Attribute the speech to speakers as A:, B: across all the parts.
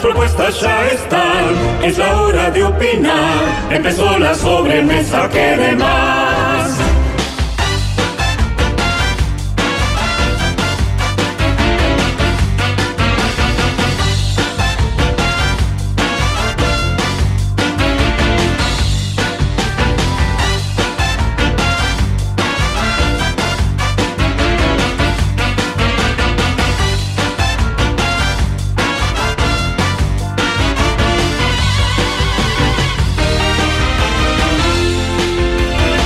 A: propuestas ya están, es la hora de opinar. Empezó la sobremesa que de más.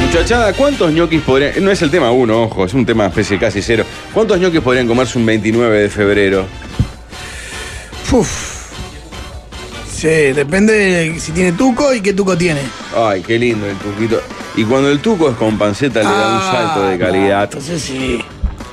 B: Muchachada, ¿cuántos ñoquis podrían.? No es el tema uno, ojo, es un tema especie casi cero. ¿Cuántos ñoquis podrían comerse un 29 de febrero?
C: Uf. Sí, depende de si tiene tuco y qué tuco tiene.
B: Ay, qué lindo el tuquito. Y cuando el tuco es con panceta, le da un salto de
C: Ah,
B: calidad.
C: entonces sí.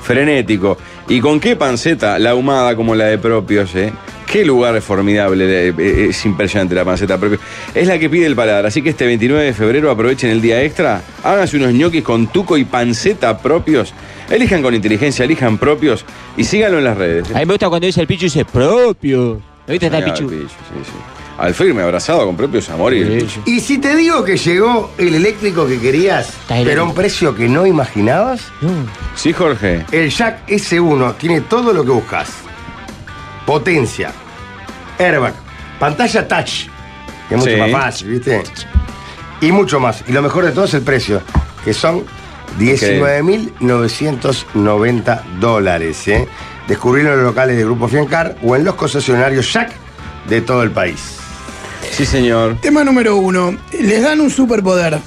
B: Frenético. ¿Y con qué panceta? La ahumada como la de propios, ¿eh? Qué lugar formidable, eh, eh, es impresionante la panceta propia. Es la que pide el paladar, así que este 29 de febrero aprovechen el día extra, háganse unos ñoquis con tuco y panceta propios, elijan con inteligencia, elijan propios y síganlo en las redes.
D: A mí me gusta cuando dice el Pichu dice propio. ¿No viste? Está el
B: Ah,
D: Pichu.
B: Pichu, sí, sí. Al firme, abrazado con propios amores.
D: Sí,
E: Y si te digo que llegó el eléctrico que querías,
D: eléctrico.
E: pero a un precio que no imaginabas,
D: Mm.
B: Sí, Jorge.
E: el Jack S1 tiene todo lo que buscas. Potencia, airbag, pantalla touch, que es mucho
B: Sí.
E: más fácil, ¿viste? Y mucho más. Y lo mejor de todo es el precio, que son 19.990 dólares. ¿eh? Descubrirlo en los locales de Grupo Fiancar o en los concesionarios Jack de todo el país.
B: Sí, señor.
C: Tema número uno. Les dan un superpoder.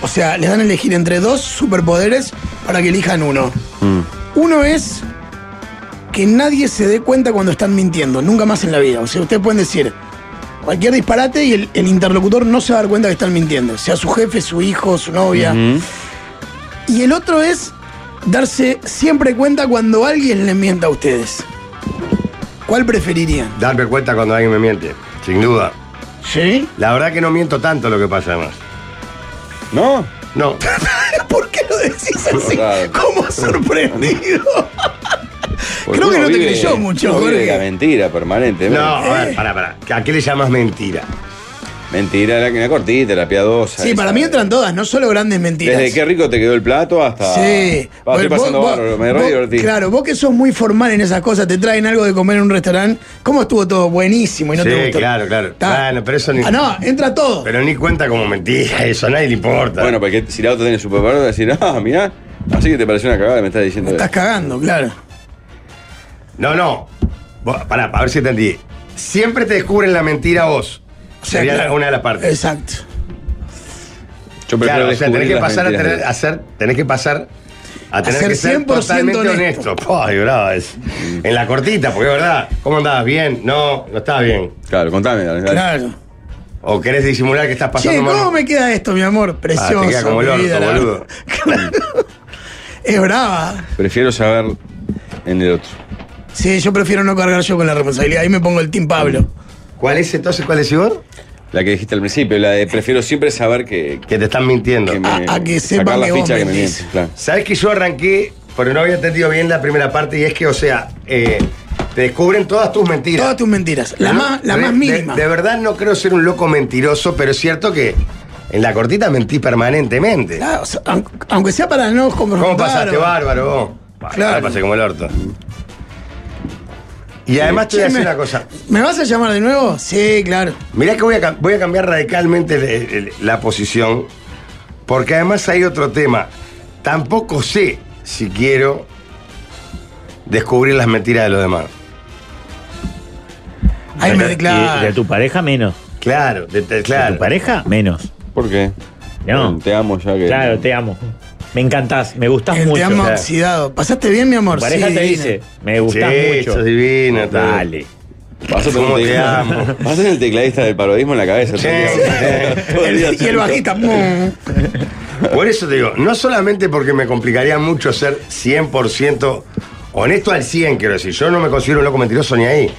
C: O sea, les dan a elegir entre dos superpoderes para que elijan uno.
B: Mm.
C: Uno es que nadie se dé cuenta cuando están mintiendo, nunca más en la vida. O sea, ustedes pueden decir cualquier disparate y el, el interlocutor no se va a dar cuenta que están mintiendo. Sea su jefe, su hijo, su novia.
B: Ujú.
C: Y el otro es darse siempre cuenta cuando alguien les mienta a ustedes. ¿Cuál preferirían?
E: Darme cuenta cuando alguien me miente, sin duda.
C: ¿Sí?
E: La verdad que no miento tanto lo que pasa además.
B: ¿No?
E: No.
C: ¿Por qué lo decís así?
B: Claro.
C: Como sorprendido.
B: Porque
C: Creo que
B: uno
C: no te
B: vive-
C: creyó mucho,
B: uno vive
C: Jorge.
B: de la mentira permanentemente.
E: No, a ver, pará, pará. ¿A qué le llamas mentira?
B: Mentira, la que la cortita, la piadosa.
C: Sí,
B: esa.
C: para mí entran todas, no solo grandes mentiras.
B: Desde qué rico te quedó el plato hasta.
C: Sí.
B: Va, estoy
C: Vos-
B: pasando
C: vos-
B: bárbaro, me
C: vos-
B: re divertí.
C: Claro, vos que sos muy formal en esas cosas, te traen algo de comer en un restaurante. ¿Cómo estuvo todo? Buenísimo y no
E: Sí,
C: te gustó.
E: claro, claro.
C: Ta.
E: Bueno, pero eso ni-
C: Ah, no, entra todo.
E: Pero ni cuenta como mentira, eso a nadie le importa.
B: Bueno, porque si la otra tiene su papá, va a decir, ah, mirá, así que te pareció una cagada, me estás diciendo.
C: Estás cagando, claro.
E: No, no. Vos- Pará, para ver si entendí. Siempre te descubren la mentira a vos.
C: O sea,
E: Sería
C: claro.
E: una de las partes.
C: Exacto.
B: Yo prefiero
E: claro, o sea,
B: descubrir
E: tenés que
B: las
E: pasar a,
B: mentiras
E: tener,
B: de-
E: a ser, tenés que pasar a tener
C: ser
E: que ser
C: 100%
E: totalmente
C: honesto.
E: honesto. Ay, bravo, es-
B: Mm.
E: en la cortita, porque es verdad. ¿Cómo andabas? ¿Bien? No, no estabas bien.
B: Claro, contame. dale, dale.
C: Claro.
E: ¿O querés disimular que estás pasando
C: Che,
E: mal? Ah,
C: ¿cómo me queda esto, mi amor? Precioso.
E: queda como el
C: mi
E: orto,
C: vida, la-
E: boludo.
C: Claro. Es brava.
B: Prefiero saber en el otro.
C: Sí, yo prefiero no cargar yo con la responsabilidad. Ahí me pongo el Team Pablo.
E: ¿Cuál es entonces? ¿Cuál es Igor?
B: La que dijiste al principio, la de prefiero siempre saber que.
E: Que te están mintiendo.
B: que
C: A- a que sepan
B: sacar la
C: que vos
B: ficha que me
C: mentís.
B: miente. Claro.
E: Sabes que yo arranqué, pero no había entendido bien la primera parte, y es que, o sea, eh, te descubren todas tus mentiras.
C: Todas tus mentiras. La,
E: No,
C: más, la
E: de-
C: más
E: de-
C: mínima.
E: De, verdad no creo ser un loco mentiroso, pero es cierto que en la cortita mentí permanentemente.
C: Claro, o sea, aun- aunque sea para no confrontar.
E: ¿Cómo pasaste,
C: o-
E: bárbaro? vos? Bah,
C: Claro.
E: ahora pasé como el orto. Y además te voy a
C: Che,
E: decir
C: me-
E: una cosa.
C: ¿Me vas a llamar de nuevo? Sí, claro.
E: Mirá que voy a, cam- voy a cambiar radicalmente el- el- el- la posición, porque además hay otro tema. Tampoco sé si quiero descubrir las mentiras de los demás.
C: Ahí
F: Bueno,
C: me
F: y de
C: claro.
F: tu pareja menos.
E: Claro, de- de-
F: De
E: claro.
F: tu pareja menos.
B: ¿Por qué?
F: No.
B: Te amo ya que.
F: Claro, te amo. Me encantás, me gustás
C: El te
F: mucho.
C: amo
F: O sea,
C: oxidado. ¿Pasaste bien, mi amor?
F: tu pareja
C: Sí,
F: te
C: divina.
F: dice, me gustás
E: Sí,
F: mucho.
E: sos divina, tal.
F: Dale.
B: Vas a tener
E: ¿Cómo
B: un
E: te
B: tecla-
E: amo?
B: Vas a ser el tecladista del parodismo en la cabeza.
E: Sí, sí.
B: Todo el día
C: El- y
B: haciendo-
C: el bajista. mm.
E: Por eso te digo, no solamente porque me complicaría mucho ser 100% honesto al 100, quiero decir. Yo no me considero un loco mentiroso ni ahí.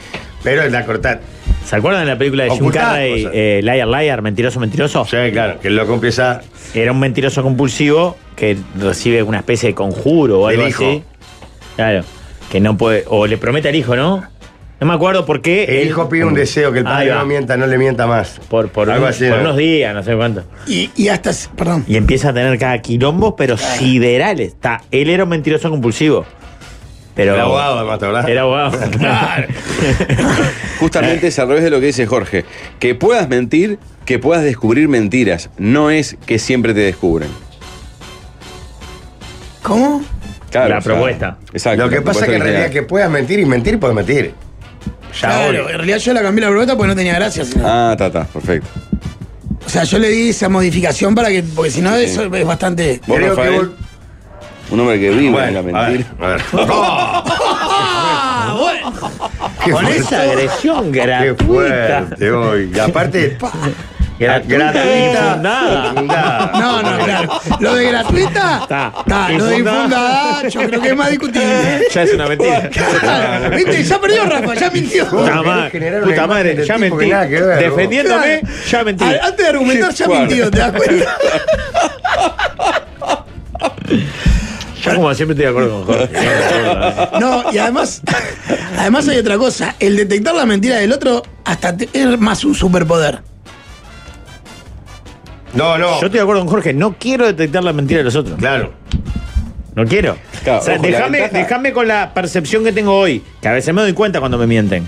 E: Pero el de cortar.
F: ¿Se acuerdan de la película de Jim
E: Ocultás
F: Carrey,
E: cosas.
F: eh, Liar Liar, Mentiroso Mentiroso?
E: Sí, claro, que el loco empieza.
F: Era un mentiroso compulsivo que recibe una especie de conjuro o
E: Del
F: algo
E: hijo.
F: así. Claro. Que no puede. O le promete al hijo, ¿no? No me acuerdo por qué.
E: El hijo pide un deseo, que el padre
F: Ahí va.
E: no mienta, no le mienta más.
F: Por, por,
E: Algo
F: un-
E: así,
F: por
E: ¿no?
F: unos días, no sé cuánto.
C: Y, y hasta. s- Perdón.
F: Y empieza a tener cada quilombo, pero siderales. Está, él era un mentiroso compulsivo. Pero
E: Era abogado, además, ¿te acordás?
F: Era abogado. Claro.
B: Justamente es al revés de lo que dice Jorge. Que puedas mentir, que puedas descubrir mentiras. No es que siempre te descubren.
C: ¿Cómo?
B: Claro,
F: La propuesta.
B: Exacto.
E: Lo que
B: la
E: pasa
B: propuesta
E: es que en realidad
B: general.
E: que puedas mentir y mentir, puedes mentir. Ya
C: Claro, eh,
E: hoy.
C: en realidad yo la cambié la probeta porque no tenía gracia. sino-
B: Ah, está, está, perfecto.
C: O sea, yo le di esa modificación para que. Porque si no, eso es bastante.
B: Vos,
E: Creo que
B: Rafael,
E: vos-
B: un hombre que vive en la
E: Bueno, a ver,
B: mentira.
E: a ver. ¡Oh! Qué
F: Con
E: fuerte.
F: esa agresión
E: Qué
F: gratuita.
E: fuerte hoy. Y aparte, gra- gratuita.
F: Infundada.
E: infundada.
C: No, no, claro. Lo de gratuita.
F: Está.
C: Está. Lo de infundada, yo creo que es más discutible.
F: Ya es una mentira.
C: Claro, ¿Viste? Ya perdió Rafa, ya mintió.
F: Puta
E: Querés
F: madre,
E: generar una
F: puta
E: imagen
F: madre,
E: del
F: ya
E: tipo que
F: mentí. Ah,
E: nada que ver, vos.
F: Defendiéndome,
C: Claro.
F: ya mentí.
C: A- Antes de argumentar, ya
B: Claro.
C: mintió, ¿te das cuenta?
F: Yo como siempre estoy de acuerdo con Jorge.
C: No, y además, además hay otra cosa. El detectar la mentira del otro hasta te- es más un superpoder.
E: No, no.
F: Yo estoy de acuerdo con Jorge, no quiero detectar la mentira de los otros.
E: Claro.
F: No quiero.
B: Claro,
F: o sea,
B: ojo, la
F: déjame
B: ventaja-
F: déjame con la percepción que tengo hoy, que a veces me doy cuenta cuando me mienten.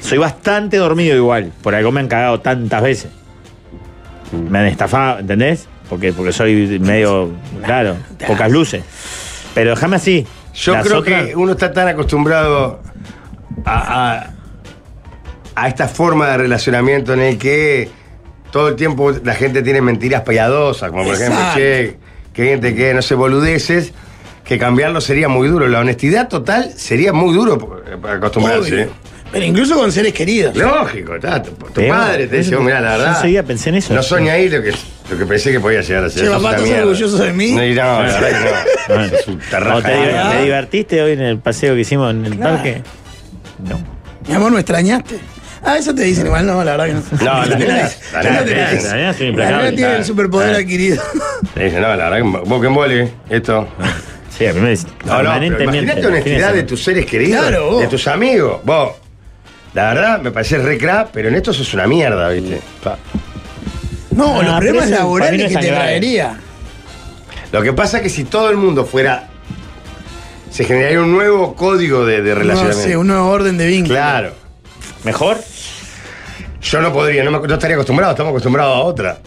F: Soy bastante dormido igual, por algo me han cagado tantas veces. Me han estafado, ¿entendés? Porque, porque soy medio, claro, pocas luces. Pero déjame así.
E: Yo
F: Las
E: creo
F: otras-
E: que uno está tan acostumbrado a, a- a esta forma de relacionamiento en el que todo el tiempo la gente tiene mentiras payadosas, como por ejemplo,
C: Exacto.
E: che, que bien te quede, no se boludeces, que cambiarlo sería muy duro. La honestidad total sería muy duro por- para acostumbrarse. ¿eh?
C: Obvio. Pero incluso con seres queridos.
E: Lógico, está, tu, tu
F: Pero-
E: padre te dice, mira, la
F: Yo
E: verdad.
F: enseguida pensé en eso.
E: No soñé ahí lo que, lo que pensé que podía llegar a ser.
C: Che,
E: Sos
C: papá,
E: una
C: ¿estás
E: mierda.
C: orgulloso de mí?
E: No, y no, la verdad que no. Sos un
F: Ah, No,
E: tarraja.
F: te diver-
C: Ah.
F: ¿Me divertiste hoy en el paseo que hicimos en el parque? No.
C: Mi amor, ¿me extrañaste? Ah, eso te dicen igual, no, la verdad que no.
E: No, la nena-
C: Ya
E: la nena-
C: no te
E: la
C: la dicen.
F: nena es
C: La
F: implacable.
C: nena tiene el superpoder adquirido.
E: Le dice, no, la verdad que vos que embole, esto.
F: Sí, a mí me
E: No, no, pero imagínate honestidad de tus seres queridos,
C: Claro, vos.
E: de tus amigos. Vos, la verdad, me parece re crap, pero en esto sos una mierda, ¿viste?
F: Mm.
E: Pa.
C: No,
F: Ah,
C: los
F: pero
C: problemas
F: eso para mí no
C: laborales
F: es
C: que
F: tan
C: te
F: grave.
C: traería.
E: Lo que pasa es que si todo el mundo fuera. Se generaría un nuevo código de, de
C: No
E: relacionamiento.
C: sé, un nuevo orden de vínculo.
E: Claro.
F: ¿Mejor?
E: Yo no podría, no, me- no estaría acostumbrado, estamos acostumbrados a otra.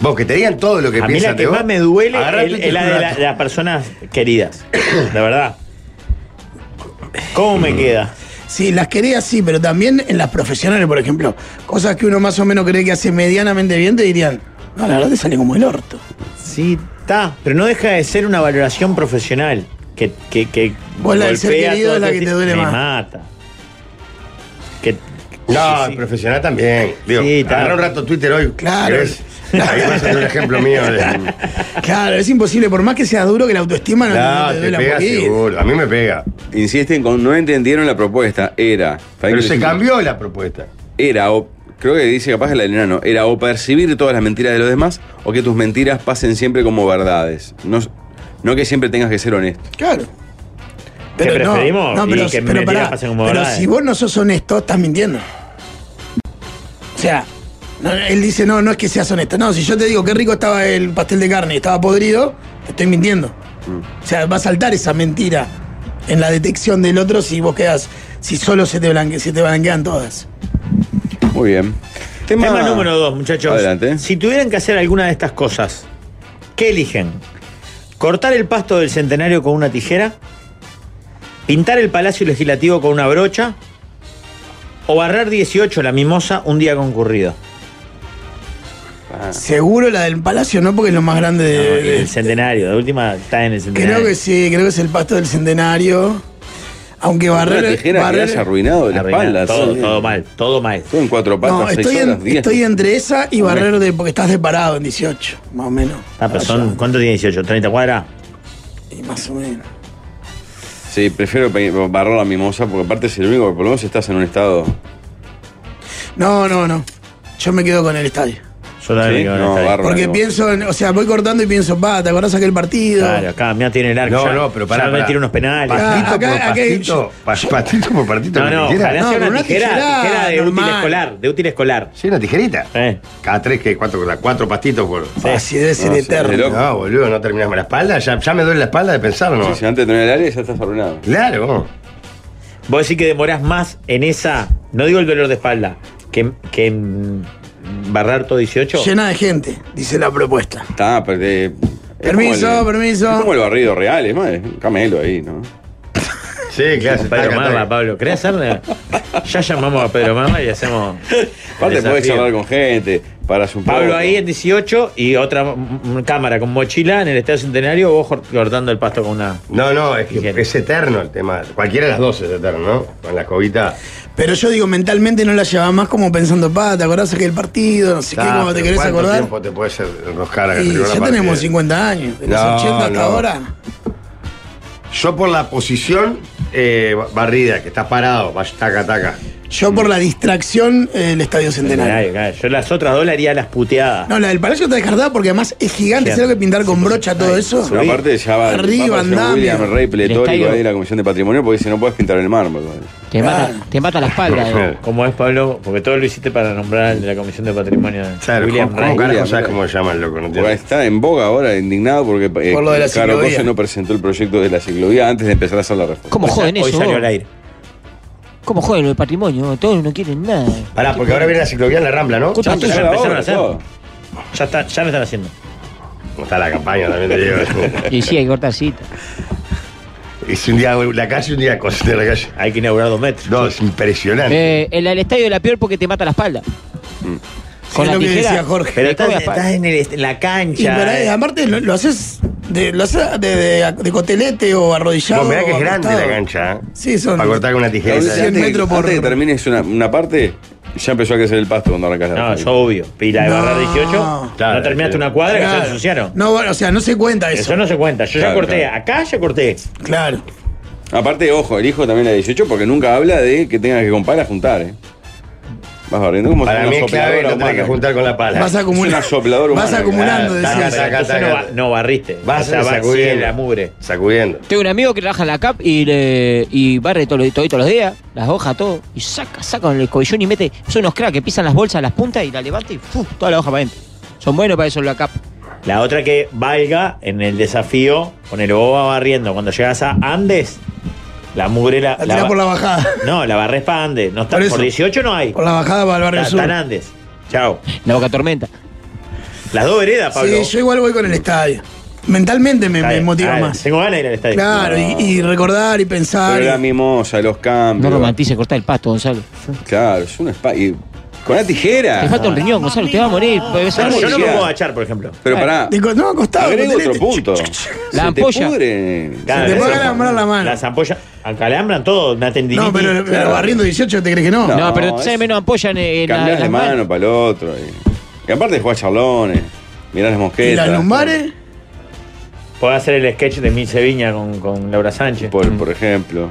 E: Vos, que te digan todo lo que
F: a mí
E: piensan
F: la que
E: de vos,
F: más me duele
E: agarrá tu
F: es es la de, la-
E: titular.
F: de las personas queridas. De verdad. ¿Cómo me queda?
C: Sí, las queridas sí, pero también en las profesionales, por ejemplo. Cosas que uno más o menos cree que hace medianamente bien, te dirían, no, la verdad te sale como el orto.
F: Sí, está. Pero no deja de ser una valoración profesional. Que, que, que
C: Vos la del ser
F: golpea
C: querido
F: todo
C: es la
F: tu
C: que te
F: esti-
C: duele
F: me
C: más.
F: mata. Que,
E: No,
F: sí, sí.
E: el profesional también. Digo,
F: Sí, está.
E: agarrá un rato Twitter hoy.
C: Claro.
E: ¿querés? Ahí vas a tener un ejemplo mío. de-
C: Claro, es imposible, por más que sea duro que la autoestima no, no
E: No,
C: te
E: te
C: duela
E: pega
C: morir.
E: seguro. A mí me pega.
B: Insisten con, no entendieron la propuesta. Era.
E: Pero se cambió la propuesta.
B: Era o. Creo que dice capaz que la del enano. Era o percibir todas las mentiras de los demás o que tus mentiras pasen siempre como verdades. No, no que siempre tengas que ser honesto.
C: Claro.
F: preferimos?
C: No,
F: Y
C: pero,
F: que
C: pero
F: mentiras
C: pará,
F: pasen como
C: pero
F: verdades.
C: si vos no sos honesto, estás mintiendo. O sea, no, él dice, no, no es que seas honesto. No, si yo te digo qué rico estaba el pastel de carne y estaba podrido, te estoy mintiendo.
B: Mm.
C: O sea, va a saltar esa mentira en la detección del otro si vos quedas, si solo se te, blanque, se te blanquean todas.
B: Muy bien.
F: Tema número dos, muchachos.
B: Ah. Adelante.
F: Si tuvieran que hacer alguna de estas cosas, ¿qué eligen? ¿Cortar el pasto del centenario con una tijera? ¿Pintar el palacio legislativo con una brocha? ¿O barrer 18 la mimosa un día concurrido?
B: Ah.
C: Seguro la del palacio no, porque es lo más grande de-
F: No,
C: de,
F: el centenario, de última está en el centenario.
C: Creo que sí, creo que es el pasto del centenario. Aunque
B: Una
C: barrer.
B: tijera que
C: barrer-
B: le has arruinado de la
F: Arruinar,
B: espalda.
F: todo,
B: sí.
F: todo mal, todo mal.
B: Tú en cuatro patas,
C: no,
B: seis
C: estoy, en-
B: horas, diez.
C: estoy entre esa y barrer de. Porque estás separado en 18, más o menos.
F: Ah, pero son, ¿Cuánto tiene 18? ¿30 cuadras?
C: Y más o menos.
B: Sí, prefiero pe- barrar la mimosa porque aparte es el único que por lo menos estás en un estado...
C: No, no, no. Yo me quedo con el estadio.
F: Yo también
B: Sí,
F: me quedo en
B: no,
F: esta ahí.
B: bárbaro.
C: Porque
B: Bueno.
C: pienso, en- o sea, voy cortando y pienso, va, ¿te acordás aquel partido?
F: Claro, acá mira tiene el arco.
E: No,
F: ya-
E: no, pero
F: ya
E: para.
F: me tira unos penales.
C: Ah,
E: Pasito
C: acá-
E: por
C: acá-
E: pasito. pas- Patito por patito.
F: No,
E: lo que
F: no,
E: quiera.
F: ojalá
C: No,
F: sea
C: pero
F: una
C: una
F: tijera,
C: tijera
F: tijera de útil
C: normal.
F: escolar, de útil escolar.
E: Sí, una tijerita.
F: Eh.
E: Cada tres, que ¿Cuánto? Cuatro pastitos por.
C: Así debe ser
B: No, sí, de
C: eterno.
B: loco.
E: No, boludo, no terminamos la espalda. Ya, ya me duele la espalda de pensarlo, ¿no?
B: Sí, si antes de tener el área ya estás arruinado.
E: Claro.
F: Vos decís que demorás más en esa, no digo el dolor de espalda, que, que en barrar todo 18.
C: Llena de gente, dice la propuesta.
B: Está, pero. eh, es
C: Permiso,
B: como
C: permiso.
B: Es como el barrido real, es más, es un camelo ahí, ¿no?
E: Sí, claro. se
F: Pedro
E: taca,
F: Mama,
E: taca.
F: Pablo, ¿querés hacerle? Ya llamamos a Pedro Mama y hacemos. el
B: Aparte, podés
F: desafío.
B: charlar con gente, paras un poco.
F: Pablo ahí en 18 y otra mm, mm, cámara con mochila en el Estadio Centenario, vos jor- cortando el pasto con una.
E: No, no, es que
F: Bien.
E: es eterno el tema. Cualquiera de las dos es eterno, ¿no? Con la escobita.
C: Pero yo digo, mentalmente no la llevaba más como pensando, pa, ¿te acordás aquel partido? No sé qué,
E: Ah,
C: como te
E: pero
C: querés
E: ¿cuánto
C: acordar.
E: tiempo te puedes enroscar a
C: Y
E: una
C: ya
E: partida?
C: tenemos 50 años, de los
E: No,
C: 80 hasta
E: no.
C: ahora.
E: Yo por la posición eh, barrida, que estás parado, vas taca, taca.
C: Yo por la distracción, eh, el Estadio Centenario.
F: Centenario, claro. Yo las otras dos le haría las puteadas.
C: No, la del Palacio está descartada porque además es gigante,
F: Gigante.
C: ¿sabes lo que pintar con brocha todo eso?
B: Pero aparte ya va, va a
C: Arriba,
B: aparecer un
C: andamio.
B: William Rey pletórico
D: Estadio.
B: ahí de la Comisión de Patrimonio porque dice no puedes pintar el mármol. ¿vale?
D: Te, mata,
F: Ah.
D: te mata la espalda. eh.
F: ¿Cómo es, Pablo? Porque todo lo hiciste para nombrar al de la Comisión de Patrimonio.
E: Claro,
F: William
E: ¿cómo,
F: Reich.
E: cómo carajo
B: William
E: sabes
B: Rey.
E: cómo se llama el loco? No entiendo.
B: Porque está en boga ahora, indignado porque eh,
C: Por lo de la
B: Caro
C: ciclovía.
B: Cosa no presentó el proyecto de la ciclovía antes de empezar a hacer la reforma.
D: ¿Cómo joden
F: Hoy
D: eso?
F: salió
D: vos?
F: al aire.
D: ¿Cómo joden lo del patrimonio? Todos no quieren nada.
E: Pará, porque ahora viene la ciclovía en la Rambla, ¿no?
D: Escucha,
E: ¿Cómo
B: Ya
D: Tanto
B: empezó
F: ya
B: la
F: empezaron
B: obra,
F: a hacer.
B: todo.
F: Ya, está, ya lo están haciendo.
E: está la campaña también te digo?
D: Y sí, hay que cortar cita.
E: Y si un día la calle, un día cosas de la calle.
F: Hay que inaugurar dos metros.
E: Dos, impresionante.
D: Eh, el, el estadio de la peor porque te mata la espalda.
C: Sí,
D: Con
C: es
D: la
C: lo que
D: tijera.
C: decía Jorge.
F: Pero
D: Me
F: estás,
D: come la
F: estás en, el est- en la
C: Y
F: cancha.
C: pero, eh,
F: eh.
C: aparte lo, lo haces de, lo haces de, de- de cotelete o arrodillado.
E: Vos mirá que
C: o
E: es grande
C: acostado.
E: la cancha, ¿eh?
C: Sí, son-
E: Para cortar con una
B: Pero
E: tijerita.
B: antes-
C: cien metros por-
B: Antes que termines una, una parte, ya empezó a crecer el pasto cuando arrancas la
F: No, yo
B: reforma.
F: obvio. Pila de
C: No.
F: barra 18.
E: Claro,
F: no terminaste
E: sí.
F: una cuadra que
C: Claro.
F: se ensuciaron.
C: No, bueno, o sea, no se cuenta
F: eso.
C: eso.
F: no se cuenta. Yo ya
B: Claro,
F: corté.
B: claro.
F: Acá ya corté.
C: Claro.
B: Aparte, ojo, el hijo también la 18 porque nunca habla de que tengas que comprar a juntar, ¿eh? Vas barriendo como
E: Para
B: si
E: mí
B: fuera
E: es
B: una
E: clave,
B: sopladora
E: no tenés que
B: humana.
E: juntar con la pala.
C: Vas acumulando.
B: una sopladora
C: Vas
B: humana,
C: acumulando,
E: claro.
C: decís.
E: Taca, taca,
F: Entonces no,
E: taca.
F: ba- no barriste.
E: Vas
F: o sea, va así
E: sacudiendo.
F: en la mugre.
E: Sacudiendo.
D: Tengo un amigo que trabaja en la CAP y, le, y barre todo, todo- todos los días, las hojas, todo, y saca, saca con el cobillón y mete. Son unos cracks que pisan las bolsas, las puntas y la levanta y ¡fu! toda la hoja para adentro. Son buenos para eso en la CAP.
F: La otra que valga en el desafío, con el boba barriendo. Cuando llegas a Andes, la mugre la.
C: La tirás
F: ba-
C: por la bajada.
F: No, la barres para Andes. No está,
C: Por
F: por,
C: eso.
F: 18 no hay.
C: Por la bajada para el barrio
F: Está,
C: sur.
F: está en Andes. Chao.
D: La boca tormenta.
F: Las dos veredas, Pablo.
C: Sí, yo igual voy con el estadio. Mentalmente me,
F: Está
C: me
F: bien.
C: motiva
F: Ah,
C: más.
F: Tengo ganas de ir al estadio. Ah,
C: Claro, y, y recordar y pensar.
B: Pero
C: y-
B: la mimosa, los
D: No
B: cambios.
D: romantice cortar el pasto, Gonzalo.
B: Claro, es una espada. Y con una tijera.
D: Te falta un riñón, Gonzalo, te va a morir. porque esa
F: No,
B: Claro,
F: Ah, yo no
D: música-
F: me puedo agachar, por ejemplo.
B: Pero pará,
C: de co- no, acostado.
B: agrego
C: cotelete.
B: otro punto.
D: La
B: Se te
D: ampolla.
B: pudre.
F: Claro,
C: te
F: eso.
C: puede calambrar la mano.
F: Las ampollas acalambran todo, una tendinitis.
C: No, pero, pero
B: Claro.
C: barriendo 18, ¿te crees que no?
B: No,
D: No, pero
B: es-
D: te sale menos ampolla en, en la-
B: Cambiás
D: en
B: de
D: las manos.
B: mano para el otro. Y, y aparte jugás charlones. Mirás las mosquetas.
C: ¿Y las lumbares?
F: Puedo hacer el sketch de mi Seviña con, con Laura Sánchez.
B: Por, por ejemplo,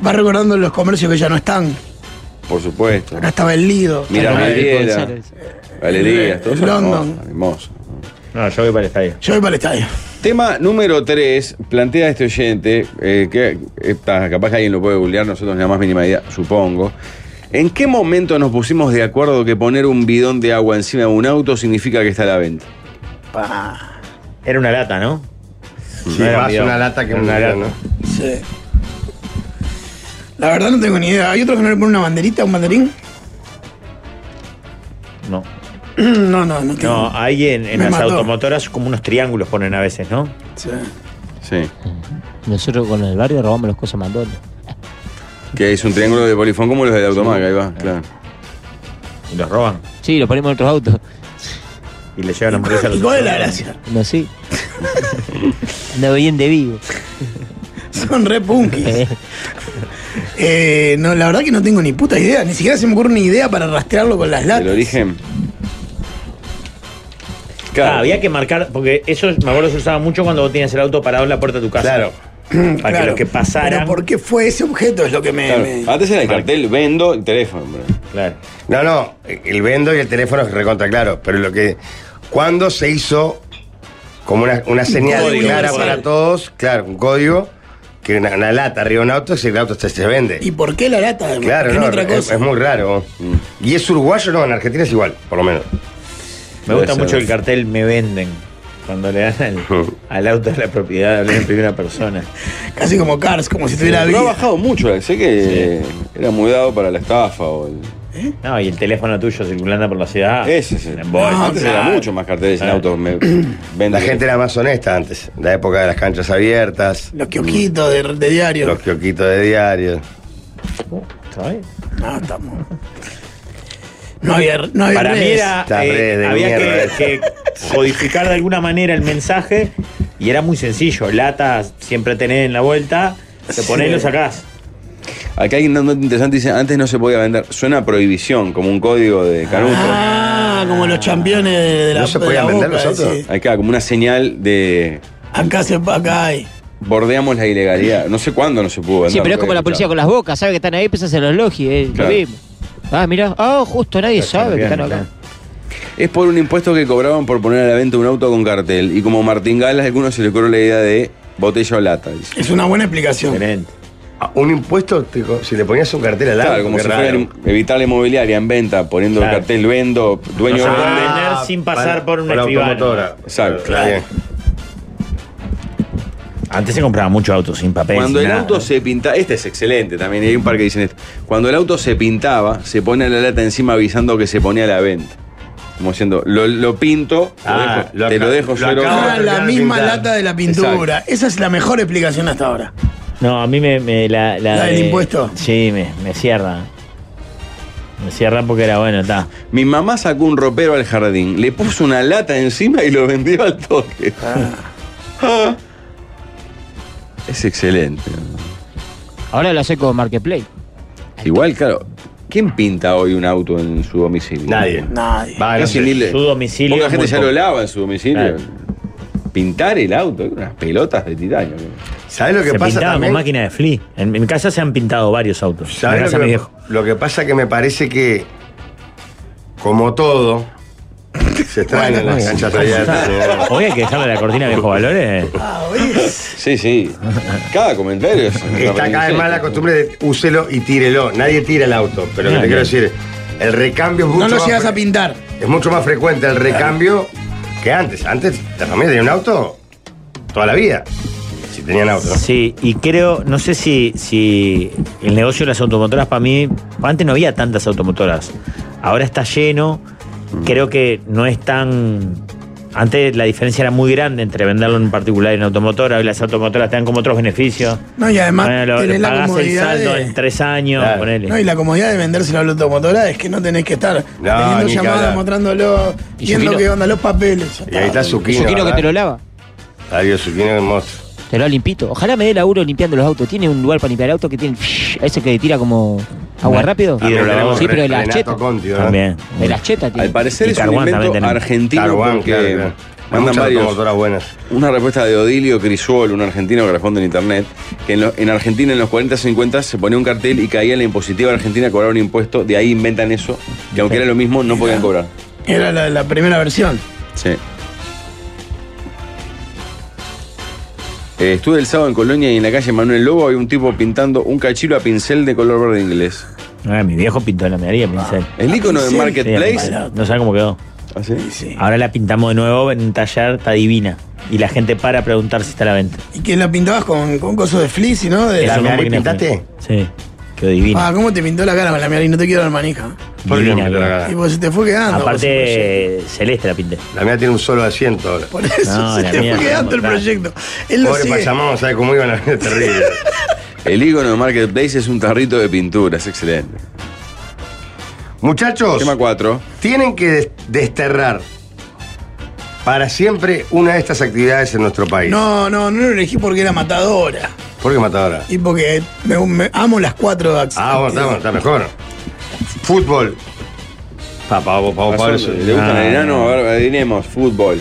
C: Vas recordando los comercios que ya no están.
B: por supuesto.
C: Acá estaba el Lido.
B: Mira
D: Claro,
B: Madriera,
D: Gonzalo, dice.
B: Galerías, todo eso.
C: London.
B: hermoso, hermoso.
F: No, yo voy para el estadio.
C: Yo voy para el estadio.
B: Tema número 3, plantea este oyente, eh, que está, capaz que alguien lo puede googlear, nosotros ni la más mínima idea, supongo. ¿En qué momento nos pusimos de acuerdo que poner un bidón de agua encima de un auto significa que está a la venta?
F: Era una lata, ¿no?
E: Sí,
F: No era
E: más
F: video.
E: una lata que
F: Era
E: una lata.
C: Sí. La verdad no tengo ni idea. ¿Hay otros que no le ponen una banderita, un banderín?
F: No.
C: Mm, No, no, no tengo.
F: No, ahí en, en
C: Me
F: las
C: mató.
F: automotoras como unos triángulos ponen a veces, ¿no?
C: Sí.
B: Sí.
D: Nosotros con el barrio robamos las cosas mandones.
B: Que es un triángulo de polifón como los de la automaca, ahí va, claro.
F: Y los roban.
D: Sí, lo ponemos en otros autos.
F: Y le llevan la hamburguesa a los
C: ¿Y cuál es la gracia?
D: No sé. Ando bien de vivo.
C: Son re punkis. Eh, no, la verdad que no tengo ni puta idea. Ni siquiera se me ocurre una idea para rastrearlo con las
B: El
C: latas.
B: origen.
F: Ah, había que marcar, porque eso me acuerdo se usaba mucho cuando vos tenías el auto parado en la puerta de tu casa.
E: Claro.
F: Para que
C: Claro.
F: los que pasaran.
C: Pero ¿por qué fue ese objeto? Es lo que me.
B: Claro.
C: me-
B: Antes era el cartel, vendo el teléfono. hombre.
F: Claro.
E: No, no, el vendo y el teléfono es recontra claro, pero lo que. ¿Cuándo se hizo como una, una señal
B: código,
E: clara
B: un
E: para
B: código.
E: todos? Claro, un código, que una, una lata arriba de un auto, si el auto se, se vende.
C: ¿Y por qué la lata? además?
E: claro,
C: ¿Por qué
E: no,
C: no otra
E: es-
C: cosa.
E: Es, muy raro. Y es uruguayo, no, en Argentina es igual, por lo menos.
F: Me
B: Puede
F: gusta
B: ser.
F: mucho el cartel Me Venden. Cuando le dan al,
E: Ujú.
F: al auto de la propiedad, hablan en primera persona.
C: Casi como Cars, como si tuviera
B: Pero ha
C: vida.
B: bajado mucho, sé que era muy dado para la estafa o el-
F: No, y el teléfono tuyo circulando por la ciudad.
B: Ese es el-
F: Un embole.
C: No,
B: Antes era mucho más carteles en
F: Claro.
B: autos. me- vende-
E: La gente era más honesta antes, la época de las canchas abiertas,
C: Los kiosquitos de, de diario.
E: los quioquitos de diario.
F: ¿Sabes?
C: No, estamos. No había, no había
F: Para mí
C: redes.
F: era.
E: Esta
F: eh,
E: red de
F: había
E: mierda.
F: que, que codificar de alguna manera el mensaje y era muy sencillo. Latas siempre tenés en la vuelta, te ponés y lo sacás.
B: Acá hay un dato interesante, dice, antes no se podía vender. Suena a prohibición, como un código de Canuto.
C: Ah, como los campeones de, de la
E: ¿No se
C: de
E: podían
C: la
E: vender
C: Boca,
E: los autos?
C: sí.
B: Acá, como una señal de
C: Acá se acá hay.
B: bordeamos la ilegalidad. No sé cuándo Pues no se pudo vender.
D: Sí, pero es como la policía
B: escuchaba.
D: con las bocas, sabe que están ahí, piensan en los logis, eh, lo
B: Claro.
D: mismo. Ah, mirá, ah, justo nadie sabe que están acá.
B: Es por un impuesto que cobraban por poner a la venta un auto con cartel. Y como Martín Galas, a algunos se le ocurrió la idea de botella o lata. dice.
C: Es una buena explicación.
F: Excelente.
E: Ah, Un impuesto, te co- si le ponías un cartel al auto,
B: Claro, como
E: qué
B: si
E: raro.
B: fuera evitar la inmobiliaria en venta, poniendo
F: Claro.
B: el cartel vendo, dueño
F: No se
E: Ah,
B: vende.
F: puede vender sin pasar por una
E: la
F: escribana.
E: automotora.
B: Exacto.
E: Está bien.
F: Antes se compraba mucho auto sin papel.
B: Cuando
F: sin
B: el
F: nada.
B: auto se pintaba, este es excelente también, hay un par que dicen esto. Cuando el auto se pintaba, se pone la lata encima avisando que se ponía a la venta. Como diciendo, lo, lo pinto, lo
E: Ah,
B: dejo-
E: lo
B: te lo
E: acá-
B: dejo
E: lo
B: yo.
E: acabo
C: Ah,
E: de
C: la
E: terminar de
C: misma
E: pintar.
C: lata de la pintura. Esa es la mejor explicación hasta ahora.
F: No, a mí me. me- la,
C: ¿La del
F: de-
C: impuesto?
F: Sí, me, me cierra. Me cierra porque era bueno, está.
B: Mi mamá sacó un ropero al jardín, le puso una lata encima y lo vendió al toque. Ah. Es excelente.
D: Ahora lo hace con Marketplace.
B: Igual, claro, ¿quién pinta hoy un auto en su domicilio?
E: Nadie.
C: Nadie.
E: Va, Ah, no
B: Casi
E: sé.
B: mil-
F: Su domicilio
B: Poca
F: es
B: gente
F: muy
B: ya
F: poco.
B: lo lava en su domicilio.
F: Claro.
B: Pintar el auto, unas pelotas de titanio.
E: ¿Sabes lo que
F: Se
E: pasa
F: pintaba
E: también?
F: con máquina de flea. En, en mi casa se han pintado varios autos. En la
E: ¿Sabes
F: casa
E: lo,
F: de mi
E: que,
F: viejo.
E: lo que pasa que me parece que, como todo, se extrañan las canchas abiertas. señor.
F: Hoy hay que dejarle la cortina a viejo valores.
C: Ah, ¿ves?
B: Sí, sí. Cada comentario es. una
E: Está acá
B: aprendizaje.
E: además la costumbre de úselo y tírelo. Nadie tira el auto, pero lo que te
F: Nadie.
E: quiero decir es, el recambio es mucho,
C: No lo
E: más
C: llegas a
E: fre-
C: pintar.
E: es mucho más frecuente el recambio que antes. Antes la familia tenía un auto toda la vida, si tenían auto. ¿no?
F: Sí, y creo, no sé si, si el negocio de las automotoras para mí, antes no había tantas automotoras, ahora está lleno, creo que no es tan... Antes la diferencia era muy grande entre venderlo en particular y en automotora, hoy las automotoras te dan como otros beneficios.
C: No, y además
F: Bueno, lo-
C: tenés la
F: pagás el
C: comodidad.
F: saldo
C: de-
F: en tres años,
E: Claro.
F: ponele.
C: No, y la comodidad de venderse la automotora es que no tenés que estar teniendo
E: ni que
C: llamadas,
E: hablar.
C: mostrándolo,
D: Y
C: viendo
D: Zucchino.
C: qué onda los papeles. Ya
E: Y ahí está
D: Yo
E: Zucchino.
D: quiero que
E: ¿verdad?
D: te lo lava.
E: Adiós, Zucchino, qué monstruo.
D: Te lo limpito. Ojalá me dé laburo limpiando los autos. Tiene un lugar para limpiar autos que tiene. Ese que le tira como agua
F: Ah,
D: rápido.
E: Ah, pero tenemos
D: sí, pero de la
E: Renato
D: cheta.
E: Conti, ¿verdad?
F: También.
D: De la cheta tiene.
B: Al parecer
F: Y
B: es un
F: Carguán también
B: invento
F: tenemos.
B: argentino
E: Targuán,
B: porque
E: claro, claro. Hay
B: mandan
E: muchas
B: varios.
E: automotoras buenas.
B: Una respuesta de Odilio Crisol, un argentino que responde en internet, que en, lo- en Argentina en los 40 50 se ponía un cartel y caía la impositiva argentina, cobraba un impuesto, de ahí inventan eso, que aunque era lo mismo, no podían cobrar.
C: Era la, la primera versión.
B: Sí. Eh, estuve el sábado en Colonia y en la calle Manuel Lobo había un tipo pintando un cachilo a pincel de color verde inglés.
F: Ah, mi viejo pintó la mearía, pincel.
B: El icono de
C: pincel?
B: Marketplace.
C: Para-
F: No sabe cómo quedó.
B: ¿Ah, sí?
C: Sí.
F: Ahora la pintamos de nuevo en un taller, está divina. Y la gente para a preguntar si está a la venta.
C: Y que la pintabas con, con cosas de fleece, ¿no? De
F: Eso
E: ¿La
F: es
C: la-
E: nariz
F: máquina
E: pintaste?
F: de- Sí, quedó divina.
C: Ah, ¿cómo te pintó la cara con la miari? No te quiero dar manija.
E: ¿Por qué no
F: Divina,
E: me
F: quedó.
E: la cara?
C: Y pues se te fue quedando.
F: Aparte, celeste la pinté.
E: La mía tiene un solo asiento ahora.
C: Por eso
F: No,
C: se
F: la
C: te
F: mía,
C: fue quedando el
F: claro.
C: proyecto. Él lo
E: Pobre
C: sigue.
E: Pachamama, ¿sabes cómo iban? Es terrible.
B: El icono de Marketplace es un tarrito de pintura, es excelente.
E: Muchachos,
B: Tema 4.
E: tienen que des- desterrar para siempre una de estas actividades en nuestro país.
C: No, no, no lo elegí porque era matadora.
E: ¿Por qué matadora?
C: Y porque me, me- amo las cuatro acciones.
E: Ah, bueno, está, bueno, está mejor. Fútbol. Papá, papá, papá. eso-
B: ¿Le gustan
F: Ah.
B: el enano? A ver, adivinemos. Fútbol.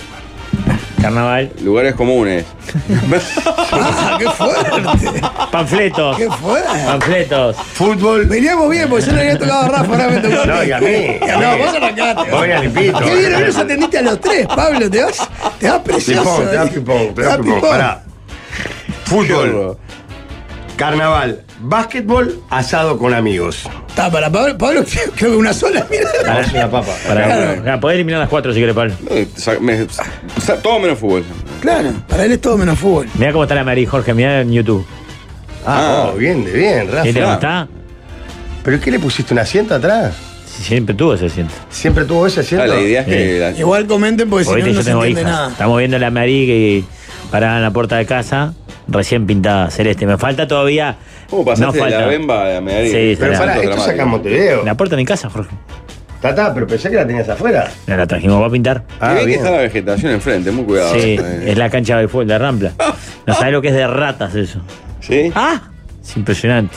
F: Carnaval.
B: Lugares comunes.
C: Ah, ¡Qué fuerte!
F: Panfletos.
C: ¡Qué fuerte!
F: Panfletos.
E: Fútbol.
C: Veníamos bien, porque yo no le había tocado a Rafa, ahora me tocó
E: No,
C: ti.
E: y a mí.
C: No, vos arrancaste.
E: Voy al limpito.
C: Qué bien, hoy nos atendiste a los tres, Pablo. Te vas, te vas precioso.
E: Pipón, te da
C: eh.
E: pipón, te da
C: Te da
E: pipón.
C: pipón.
E: Pará. Fútbol. Carnaval. Básquetbol, asado con amigos.
C: Está, para Pablo, Pablo, creo que una sola, mira.
E: papa.
F: Para,
C: Claro.
F: poder eliminar las cuatro si querés, Pablo.
B: Eh, sa- me- sa- todo menos fútbol.
C: Claro, para él es todo menos fútbol.
F: Mirá cómo está la Mary Jorge, mirá en YouTube.
E: Ah, oh, bien, de bien,
F: ¿Qué te
E: Rafa.
F: gusta?
E: ¿Pero qué le pusiste un asiento atrás?
F: Sí, Siempre tuvo ese asiento.
E: ¿Siempre tuvo ese
B: Ah,
E: asiento?
B: la idea es que.
F: Sí.
B: la-
C: Igual comenten porque si
F: Porque
C: no,
F: viste,
C: no
F: yo
C: se
F: tengo
C: entiende
F: hijas.
C: nada.
F: Estamos viendo la Mary que paraba en la puerta de casa, recién pintada, celeste. Me falta todavía.
B: ¿Cómo pasaste
F: no
B: de la
F: falta.
B: bemba a la medalla?
F: Sí,
E: Pero
F: Era
B: Tanto
E: pará, esto
B: dramático.
E: saca en Montevideo.
F: La puerta de mi casa, Jorge.
E: Tata, pero pensé que la tenías afuera.
F: No, la trajimos para pintar.
B: Y
E: Ah,
B: ve que
E: bien.
B: está la vegetación enfrente, muy cuidado.
F: Sí,
B: Eh,
F: es la cancha de fútbol, la rampla. No sabes lo que es de ratas eso.
B: ¿Sí?
F: ¡Ah! Es impresionante.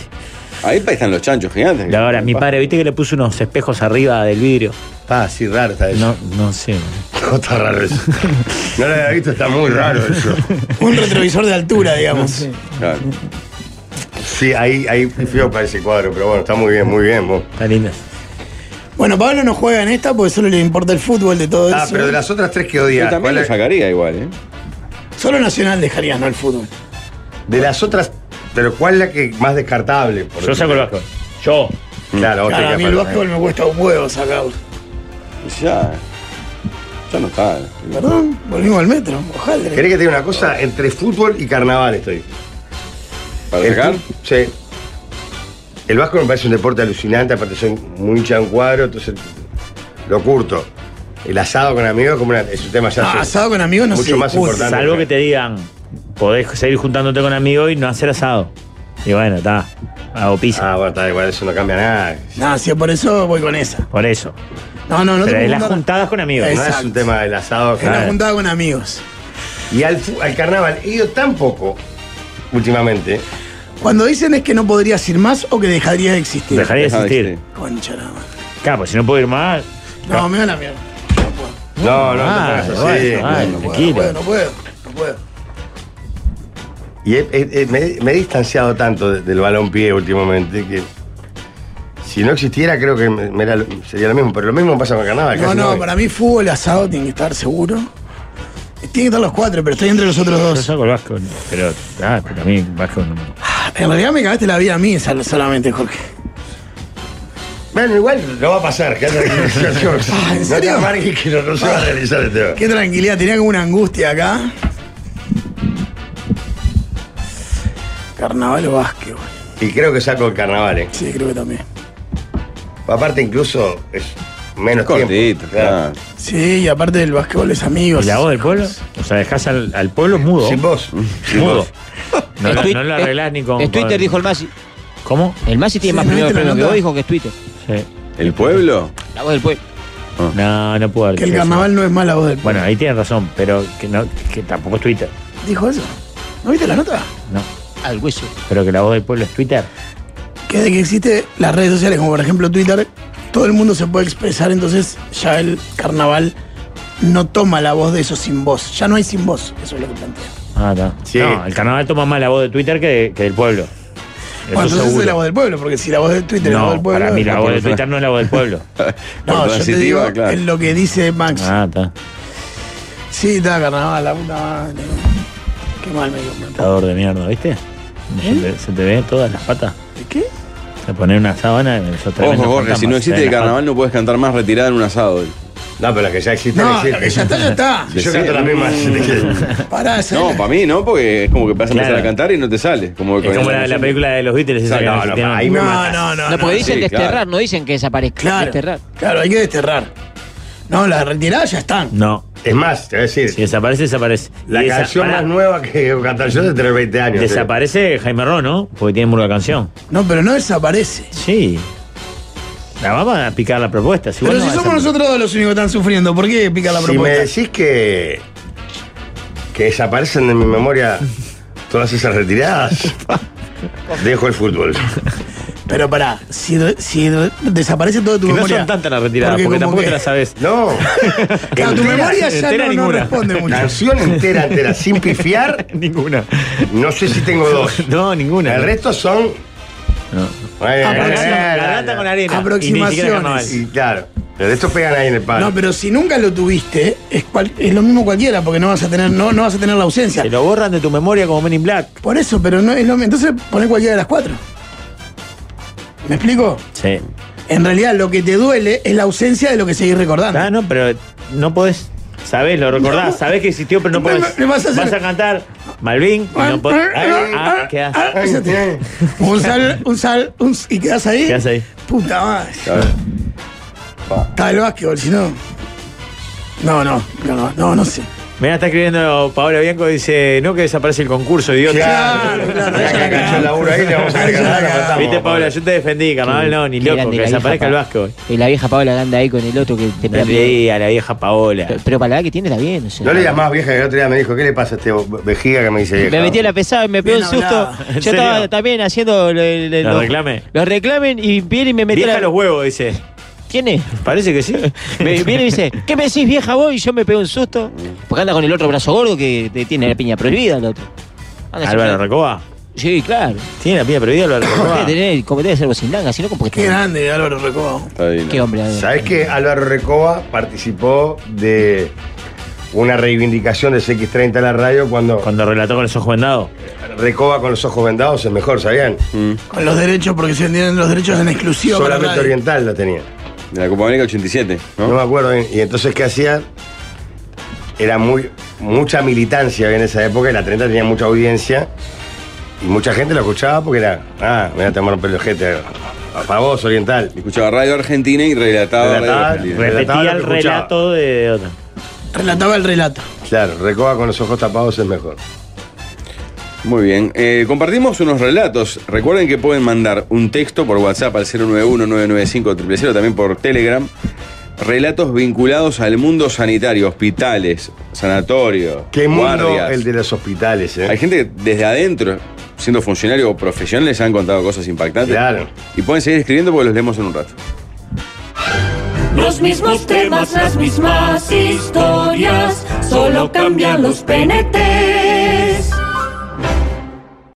B: Ahí pa- están los chanchos gigantes.
F: Y ahora, mi padre, viste que le puso unos espejos arriba del vidrio.
E: Ah, sí, raro está eso.
F: No, no sé.
E: Está raro eso. No lo había visto, está muy raro eso.
C: Un retrovisor de altura, digamos.
B: Claro.
E: Sí, ahí, ahí fui feo para ese cuadro, pero bueno, está muy bien, muy bien. vos.
F: Está lindas.
C: Bueno, Pablo no juega en esta porque solo le importa el fútbol de todo
E: Ah,
C: eso.
E: pero de las otras tres que
B: Yo
E: odias,
B: también
E: ¿cuál
B: lo
E: es?
B: sacaría igual, ¿eh?
C: Solo Nacional dejarías, no el fútbol.
E: de las otras, pero ¿cuál es la que más descartable? Por
F: Yo saco el básquet. Yo.
E: Claro, otra
C: Claro, a mí el básquetbol me cuesta un huevo sacarlo.
B: Ya. Ya no está.
C: Perdón, volvimos al metro. Ojalá.
E: ¿Querés que te diga una cosa? Entre fútbol y carnaval estoy.
B: ¿Para
E: El
B: sacar?
E: fut- Sí. El vasco me parece un deporte alucinante, aparte soy muy hincha de un cuadro, entonces lo curto. El asado con amigos es como una- es un tema ya.
C: Ah,
E: se-
C: asado con amigos no
E: Mucho
C: se
E: más
C: discute.
E: importante.
F: Salvo que te digan, podés seguir juntándote con amigos y no hacer asado. Y bueno, está. Hago pizza.
E: Ah, bueno, está igual, eso no cambia nada.
C: No, si es por eso voy con esa.
F: Por eso.
C: No, no, no
F: Pero
C: te
F: es las
C: puedo contar.
F: juntadas con amigos.
C: Es-
E: No es
C: Exacto.
E: un tema del asado.
C: Es
F: Ah.
C: una
E: claro.
C: juntada con amigos.
E: Y al, fu- al carnaval he ido tan poco últimamente.
C: Cuando dicen es que no podrías ir más o que dejaría de existir.
F: Dejaría de
B: Deja de
F: existir.
B: existir.
C: Concha la madre.
F: Claro, pues si no puedo ir más.
C: No, me da la mierda. No puedo.
E: No, no,
F: Ah,
E: no, te pongas
F: bueno,
E: así.
F: ay,
E: No, no puedo.
F: tranquilo.
C: No puedo, no puedo. No puedo.
E: Y he- he- he- me, me he distanciado tanto de- del balón pie últimamente que si no existiera creo que me- me era lo- sería lo mismo, pero lo mismo pasa con el carnaval.
C: No,
E: casi
C: no,
E: voy.
C: para mí fútbol asado tiene que estar seguro. Tienen que estar los cuatro, pero estoy entre los otros
F: Yo
C: dos.
F: saco el vasco. Pero, ah, pero a mí el vasco no.
C: En realidad me cagaste la vida a mí sal- solamente, Jorge.
E: Bueno, igual no va a pasar. que haya-
C: Ah, ¿en
E: no te
C: serio? Ah,
E: amargues que no, no se va a realizar este el tema.
C: Qué tranquilidad, tenía como una angustia acá. Carnaval o básquetbol.
E: Y creo que saco el carnaval. eh.
C: Sí, creo que también.
E: Aparte incluso es menos tiempo.
B: Cortito,
E: claro.
B: claro.
C: Sí, y aparte del básquetbol es amigos.
F: ¿Y la voz del pueblo? O sea, dejás al, al pueblo mudo.
E: Sin vos. Sin
F: Mudo.
E: vos.
F: No,
D: Es
F: la-
D: tuit-
F: no lo arreglás
D: es-
F: ni con.
D: Es eh, Twitter,
F: con-
D: dijo el Masi.
F: ¿Cómo?
D: El Masi tiene
C: Sí,
D: más primeros
C: ¿viste la
D: premios que
C: nota?
D: vos, dijo que es Twitter.
F: Sí.
B: ¿El pueblo?
D: La voz del pueblo.
F: No, no puedo.
C: Que el
F: decir eso.
C: carnaval no es mala voz del pueblo.
F: Bueno, ahí tienen razón, pero que, no, que tampoco es Twitter.
C: Dijo eso. ¿No viste la nota?
F: No.
D: Al hueso.
F: Pero que la voz del pueblo es Twitter.
C: Que de que existe las redes sociales, como por ejemplo Twitter, todo el mundo se puede expresar, entonces ya el carnaval no toma la voz de eso sin voz. Ya no hay sin voz, eso es lo que plantea.
F: Ah, está.
E: Sí.
F: No, el carnaval toma más la voz de Twitter que, de- que del pueblo. Eso
C: Bueno, entonces
F: seguro.
C: es la voz del pueblo, porque si la voz de Twitter es la voz del
F: no,
C: pueblo.
F: para mí la
C: no,
F: voz de Twitter no es la voz del pueblo.
B: Por
C: yo te digo
B: claro.
C: en lo que dice Max.
F: Ah, está.
C: Sí, está carnaval, la puta madre. Qué mal me dio. man.
F: Tador de mierda, ¿viste? Se te, se te ve todas las patas.
C: ¿De qué?
F: Te poner una sábana y sos tremendo eh,
B: Ojo, Jorge,
F: fantasma,
B: si no
F: se te
B: existe
F: ven
B: el
F: las
B: carnaval no puedes cantar más retirada en un asado.
E: No, pero la que ya existe.
C: No,
E: existe.
C: lo que ya está, ya está.
E: Yo canto la misma.
C: Pará, esa
B: No,
C: es la-
B: para mí no, porque es como que vas a empezar
F: Claro.
B: a cantar y no te sale. Como
F: patas. Es como la, la película de los Beatles. esa
E: No,
F: que
E: no,
F: existía,
E: no, ahí me
C: No,
E: matas.
C: no, no.
D: No, porque dicen
B: sí,
D: desterrar,
B: claro.
D: no dicen que desaparezca.
C: Claro,
D: Desterrar.
C: claro, hay que desterrar. No, las retiradas ya están.
F: No,
E: Es más, te voy a decir,
F: si desaparece, desaparece.
E: la
F: Y esa-
E: canción
F: pará,
E: más nueva que cantar yo es de tener 20 años.
F: Desaparece Jaime Ron, ¿no? Porque tiene una canción.
C: No, pero no desaparece.
F: Sí. La vamos a picar la propuesta. Si
C: Pero
F: vos no
C: si
F: vas a-
C: somos nosotros dos los únicos que están sufriendo, ¿por qué pica la
E: Si me
C: propuesta?
E: decís que. que desaparecen de mi memoria todas esas retiradas. Dejo el fútbol.
C: Pero pará, si, re- si re- desaparece todo tu
F: Que no
C: memoria.
F: son tantas las retiradas, porque,
C: como
F: tampoco
C: que-
F: te las sabes.
E: No.
C: Claro, tu
E: Entera,
C: memoria ya no,
F: entera
C: no
F: ninguna.
C: responde mucho.
E: Canción entera, entera, sin pifiar.
F: Ninguna.
E: No sé si tengo dos.
F: No, ninguna.
E: El resto son. Bueno,
C: Aproximación.
E: eh,
F: Garganta con arena.
C: Aproximaciones.
F: Y ni siquiera carnaval.
E: Y claro. El resto pegan ahí en el palo.
C: No, pero si nunca lo tuviste, es, cual- es lo mismo cualquiera, porque no vas a tener, no, no vas a tener la ausencia.
F: Te lo borran de tu memoria como Men in Black.
C: Por eso, pero no es lo mismo. Entonces poné cualquiera de las cuatro. ¿Me explico?
F: Sí.
C: En realidad lo que te duele es la ausencia de lo que seguís recordando.
F: Ah, no, pero no podés. Sabés, lo recordás. Sabés que existió, pero no
C: Me-
F: podés.
C: me vas a hacer-
F: cantar Malvin y no podés. Ah, ah, ¿qué haces?
C: Ah, ya te- Un sal, un sal, un s- y quedás ahí.
F: ¿Qué haces ahí?
C: Puta madre.
B: Claro.
C: Está el básquetbol, si no. No, no, no, no, no, no sé.
F: Mirá, está escribiendo Paola Bianco, dice, no que desaparece el concurso, idiota.
E: Claro,
C: claro,
E: claro.
C: ya la
E: Ya que cachó el laburo ahí, le vamos a
C: Ya la
E: regalar.
C: cagamos.
E: la matamos,
F: Viste, Paola, yo te defendí, carnaval, no, ni
D: Qué
F: loco,
D: grande
F: que
D: la vieja
F: desaparezca el
D: Pa-
F: básquetbol.
D: Y la vieja Paola que anda ahí con el otro que te
F: Me leí a la vieja Paola.
D: Pero- Pero para la edad que tiene está bien. o sea.
E: No le llamás vieja que el otro día me dijo, ¿qué le pasa a este bo- vejiga que me dice vieja?
D: Me metí en la pesada y me pegó
C: Bien
D: un susto.
C: hablado.
F: ¿En
D: Yo estaba
F: serio?
D: también haciendo el- el- el-
F: Los reclamen.
D: Los reclamen y viene y me metió
F: Vieja
D: la.
F: los huevos, dice.
D: ¿Quién es?
F: Parece que sí.
D: Me viene y dice, ¿qué me decís vieja vos? Y yo me pego un susto. Porque anda con el otro brazo gordo que te tiene la piña prohibida el otro. Anda
F: Álvaro
D: siempre-
F: Recoba.
D: Sí, claro.
F: Tiene la pilla prohibida Álvaro Recoba.
D: Debe tener, como debe ser vos sin langa, sino como que
C: Qué grande, Álvaro Recobo.
B: Está divino.
D: Qué hombre. a ver.
E: ¿Sabés que Álvaro Recoba participó de una reivindicación de CX30 en la radio cuando
F: Cuando relató con esos ojos vendados.
E: Recoba con los ojos vendados es mejor, ¿sabían?
C: Con los derechos, porque se vendieron los derechos en exclusiva. para
E: Solamente
C: radio.
E: oriental la tenía.
B: De la Copa América 87, ¿no?
E: No me acuerdo bien. Y entonces, ¿qué hacía? Era muy, mucha militancia había en esa época y la 30 tenía mucha audiencia. Y mucha gente lo escuchaba porque era, ah, me voy a tomar un pelo gente. Para vos, oriental.
B: Escuchaba Radio Argentina y relataba,
E: Relataba,
B: Radio Argentina.
E: re- Relataba
F: Repetía
E: lo
F: el
E: que escuchaba.
F: relato de otra.
C: Relataba el relato.
E: Claro, recoba con los ojos tapados es mejor.
B: Muy bien. Eh, compartimos unos relatos. Recuerden que pueden mandar un texto por WhatsApp al 091-995-000, también por Telegram. Relatos vinculados al mundo sanitario, hospitales, sanatorios,
E: Qué mundo
B: guardias.
E: el de los hospitales, ¿eh?
B: Hay gente que desde adentro, siendo funcionario o profesional, les han contado cosas impactantes.
E: Claro.
B: Y pueden seguir escribiendo porque los leemos en un rato.
A: Los mismos temas, las mismas historias, solo cambian los PNT.